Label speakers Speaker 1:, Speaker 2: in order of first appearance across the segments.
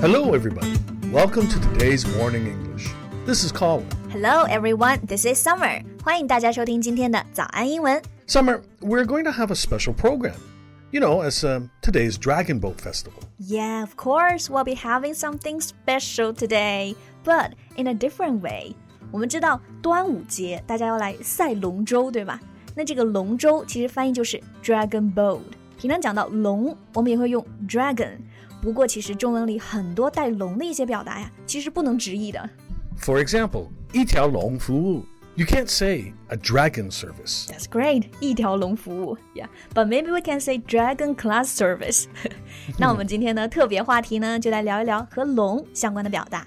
Speaker 1: Hello, everybody. Welcome to today's Morning English. This is Colin.
Speaker 2: Hello everyone, this is Summer. 欢迎大家收听今天的早安英文。
Speaker 1: Summer, we're going to have a special program. You know, as um, today's Dragon Boat Festival.
Speaker 2: Yeah, of course, we'll be having something special today, but in a different way. 我们知道端午节大家要来赛龙舟，对吧？那这个龙舟其实翻译就是 Dragon Boat。平常讲到龙，我们也会用 dragon。不过其实中文里很多带龙的一些表达呀，其实不能直译的。
Speaker 1: For example, 一条龙服务. You can't say a dragon service.
Speaker 2: That's great，一条龙服务，Yeah，but maybe we can say Dragon Class Service 那我们今天的特别话题呢，就来聊一聊和龙相关的表达。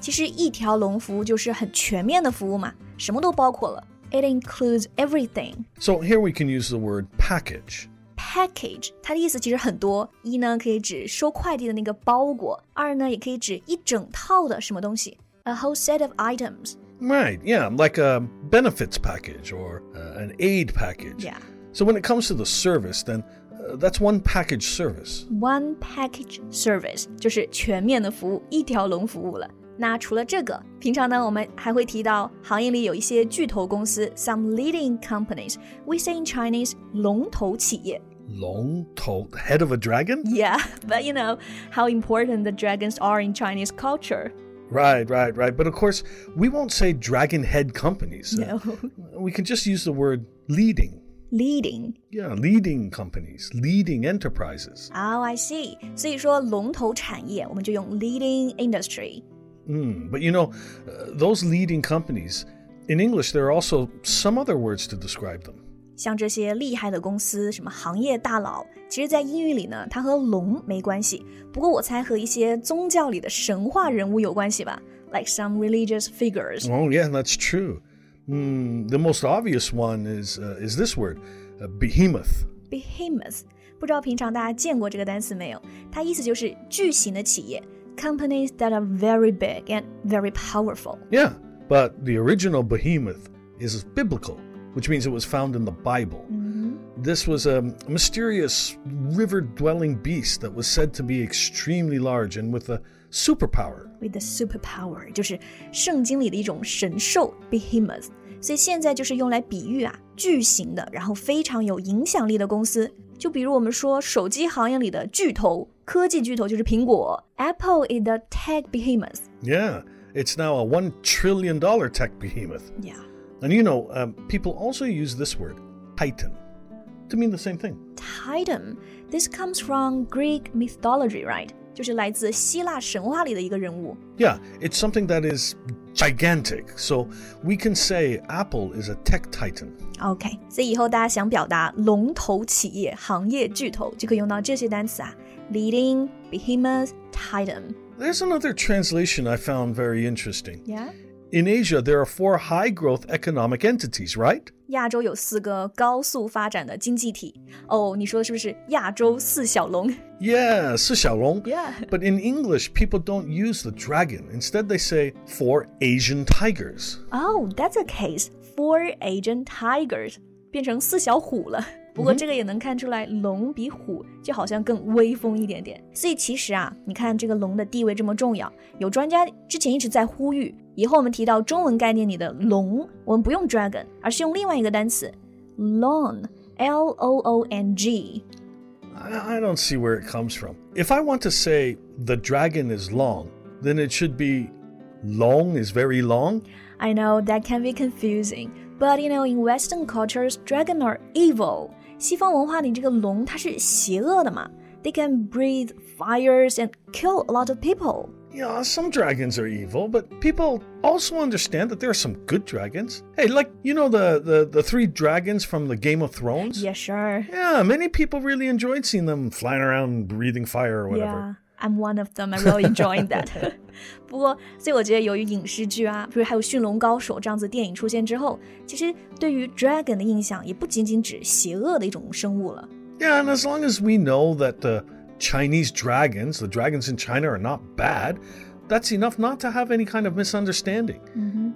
Speaker 2: 其实一条龙服务就是很全面的服务嘛，什么都包括了。It includes everything
Speaker 1: So, here we can use the word package.
Speaker 2: package，它的意思其实很多。一呢可以指收快递的那个包裹，二呢也可以指一整套的什么东西，a whole set of items。
Speaker 1: Right, yeah, like a benefits package or uh, an aid package.
Speaker 2: Yeah。
Speaker 1: So when it comes to the service, then uh, that's one package service.
Speaker 2: One Package Service 就是全面的服务，一条龙服务了。那除了这个，平常呢，我们还会提到行业里有一些巨头公司，some leading companies，we say in Chinese 龙头企业。
Speaker 1: Long told head of a dragon?
Speaker 2: Yeah, but you know how important the dragons are in Chinese culture.
Speaker 1: Right, right, right. But of course, we won't say dragon head companies. Uh,
Speaker 2: No,
Speaker 1: we can just use the word leading.
Speaker 2: leading.
Speaker 1: Yeah, leading companies, leading enterprises.
Speaker 2: Oh, I see. 所以说龙头产业，我们就用 leading industry.
Speaker 1: Mm, but you know, uh, those leading companies, in English, there are also some other words to describe them.
Speaker 2: 像这些厉害的公司，什么行业大佬，其实，在英语里呢，它和龙没关系。不过，我猜和一些宗教里的神话人物有关系吧，like some religious figures。
Speaker 1: Oh yeah, that's true. Mm, the most obvious one is uh, is this word, uh, behemoth.
Speaker 2: Behemoth，不知道平常大家见过这个单词没有？它意思就是巨型的企业，companies that are very big and very powerful。
Speaker 1: Yeah, but the original behemoth is biblical, which means it was found in the Bible. This was a mysterious river-dwelling beast that was said to be extremely large and with a superpower.
Speaker 2: with the superpower，就是圣经里的一种神兽 behemoth。所以现在就是用来比喻啊巨型的，然后非常有影响力的公司。就比如我们说手机行业里的巨头，科技巨头就是苹果，Apple is the tech behemoth。
Speaker 1: Yeah, it's now a one trillion dollar tech behemoth.
Speaker 2: Yeah,
Speaker 1: And you know, um, people also use this word, titan, to mean the same thing.
Speaker 2: Titan. This comes from Greek mythology, right? 就是来自希腊神话里的一个人物。
Speaker 1: Yeah, it's something that is gigantic. So we can say Apple is a tech titan.
Speaker 2: OK，所以以后大家想表达龙头企业、行业巨头，就可以用到这些单词啊：leading、behemoth、titan。
Speaker 1: There's another translation I found very interesting.
Speaker 2: Yeah.
Speaker 1: In Asia, there are four high growth economic entities, right?
Speaker 2: 亚洲有四个高速发展的经济体哦，你说的是不是亚洲四小龙
Speaker 1: Yeah, Si Xiaolong.
Speaker 2: Yeah.
Speaker 1: But in English, people don't use the dragon. Instead, they say four Asian tigers.
Speaker 2: ？Oh, that's a case. Four Asian tigers 变成四小虎了。不过这个也能看出来，龙比虎就好像更威风一点点。所以其实啊，你看这个龙的地位这么重要，有专家之前一直在呼吁，以后我们提到中文概念里的龙，我们不用 dragon，而是用另外一个单词 long。L O O N G，
Speaker 1: I, I don't see where it comes from. If I want to say the dragon is long, then it should be long is very long.
Speaker 2: I know that can be confusing, but you know, in Western cultures, dragon are evil. 西方文化里这个龙它是邪恶的嘛？They can breathe fires and kill a lot of people.
Speaker 1: Yeah, some dragons are evil, but people also understand that there are some good dragons. Hey, like you know the the, the three dragons from the Game of Thrones.
Speaker 2: Yeah, sure.
Speaker 1: Yeah, many people really enjoyed seeing them flying around breathing fire or whatever.
Speaker 2: Yeah, I'm one of them. I'm really enjoying that.不 过，所以我觉得，由于影视剧啊，比如还有《驯龙高手》这样子电影出现之后，其实对于 dragon 的印象也不仅仅指邪恶的一种生物了。
Speaker 1: Yeah, and as long as we know that the Chinese dragons, the dragons in China, are not bad, that's enough not to have any kind of misunderstanding.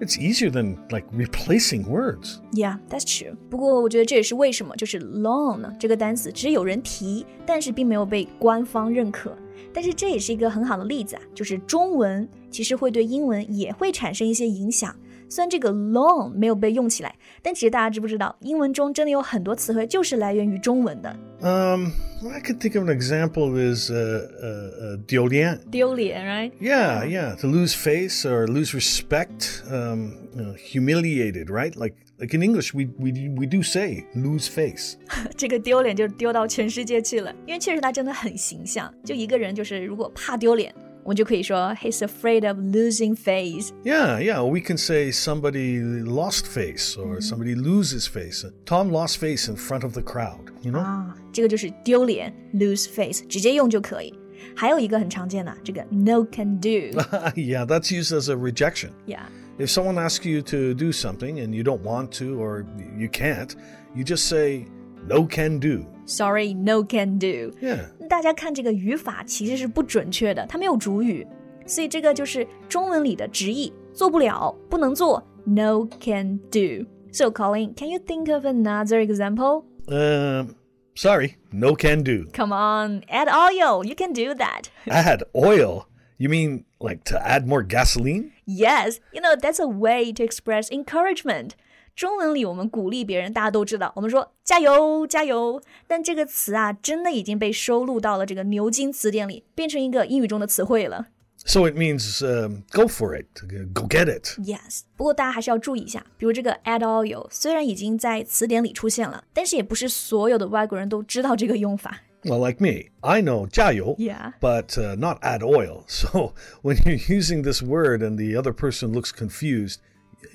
Speaker 1: It's easier than like replacing words.
Speaker 2: Yeah, that's true. 不过我觉得这也是为什么，就是 loan 这个单词只是有人提，但是并没有被官方认可。但是这也是一个很好的例子啊，就是中文其实会对英文也会产生一些影响。虽然这个 loan 没有被用起来，但其实大家知不知道，英文中真的有很多词汇就是来源于中文的。
Speaker 1: Um, I could think of an example is uh, uh, uh, Diolien.
Speaker 2: 丢脸，right？
Speaker 1: Yeah, yeah, to lose face or lose respect, um, you know, humiliated, right? Like like in English, we we we do say lose face.
Speaker 2: 这个丢脸就丢到全世界去了，因为确实他真的很形象。就一个人，就是如果怕丢脸，我们就可以说 he's afraid of losing face。
Speaker 1: Yeah, yeah, we can say somebody lost face or somebody loses face. Tom lost face in front of the crowd, you know?
Speaker 2: 啊，这个就是丢脸 lose face，直接用就可以。还有一个很常见的，这个 no can do，
Speaker 1: yeah, that's used as a rejection.
Speaker 2: yeah，
Speaker 1: If someone asks you to do something and you don't want to or you can't, you just say no can do.
Speaker 2: sorry no can do。
Speaker 1: Yeah.
Speaker 2: 大家看这个语法其实是不准确的，它没有主语，所以这个就是中文里的直译，做不了，不能做，no can do。So Colin, can you think of another example?
Speaker 1: Um sorry, no can do.
Speaker 2: Come on, add oil, you can do that.
Speaker 1: Add oil. You mean like to add more gasoline?
Speaker 2: Yes, you know that's a way to express encouragement. 中文里我们鼓励别人，大家都知道，我们说加油加油。但这个词啊，真的已经被收录到了这个牛津词典里，变成一个英语中的词汇了。
Speaker 1: So it means um, go for it, go get it.
Speaker 2: Yes，不过大家还是要注意一下，比如这个 add oil 虽然已经在词典里出现了，但是也不是所有的外国人都知道这个用法。
Speaker 1: Well, like me, I know jayo,
Speaker 2: Yeah.
Speaker 1: but uh, not add oil. So when you're using this word and the other person looks confused,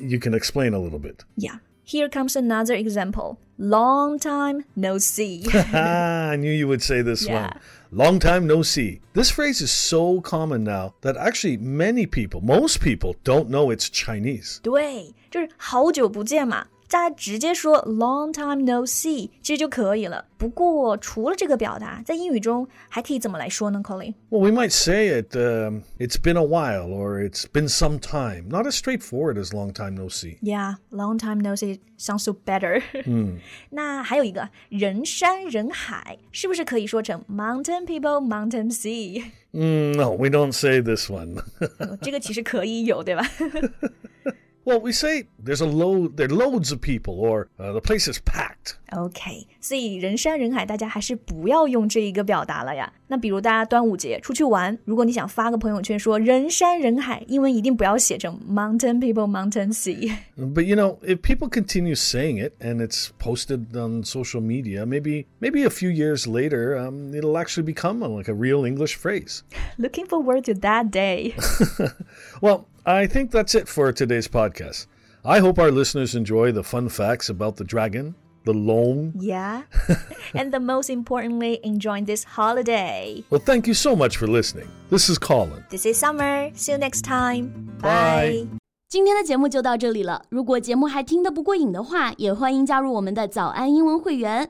Speaker 1: you can explain a little bit.
Speaker 2: Yeah, here comes another example. Long time no see.
Speaker 1: Ah, I knew you would say this
Speaker 2: Yeah.
Speaker 1: one. Long time no see. This phrase is so common now that actually many people, most people, don't know it's Chinese.
Speaker 2: 对，就是好久不见嘛，大家直接说 long time no see 其实就可以了。不过除了这个表达，在英语中还可以怎么来说呢，Colin？
Speaker 1: Well, we might say it, um, it's been a while or it's been some time. Not as straightforward as long time no see.
Speaker 2: Yeah, long time no see sounds so better. 那还有一个人山人海，是不是可以说成 mountain people mountain sea？
Speaker 1: Mm, no, we don't say this one.
Speaker 2: 嗯这个其实可以有，对吧？
Speaker 1: well, we say there's a load, there are loads of people or uh, the place is packed.
Speaker 2: OK，所以人山人海，大家还是不要用这一个表达了呀。那比如大家端午节出去玩，如果你想发个朋友圈说人山人海，英文一定不要写成 mountain people mountain sea。
Speaker 1: But you know, if people continue saying it and it's posted on social media, maybe maybe a few years later, um, it'll actually become a, like a real English phrase.
Speaker 2: Looking forward to that day 。
Speaker 1: Well, I think that's it for today's podcast. I hope our listeners enjoy the fun facts about the dragon, the loam.
Speaker 2: Yeah, and the most importantly, enjoying this holiday.
Speaker 1: Well, thank you so much for listening. This is Colin.
Speaker 2: This is Summer. See you next time.
Speaker 1: Bye.
Speaker 3: 今天的节目就到这里了。如果节目还听得不过瘾的话，也欢迎加入我们的早安英文会员。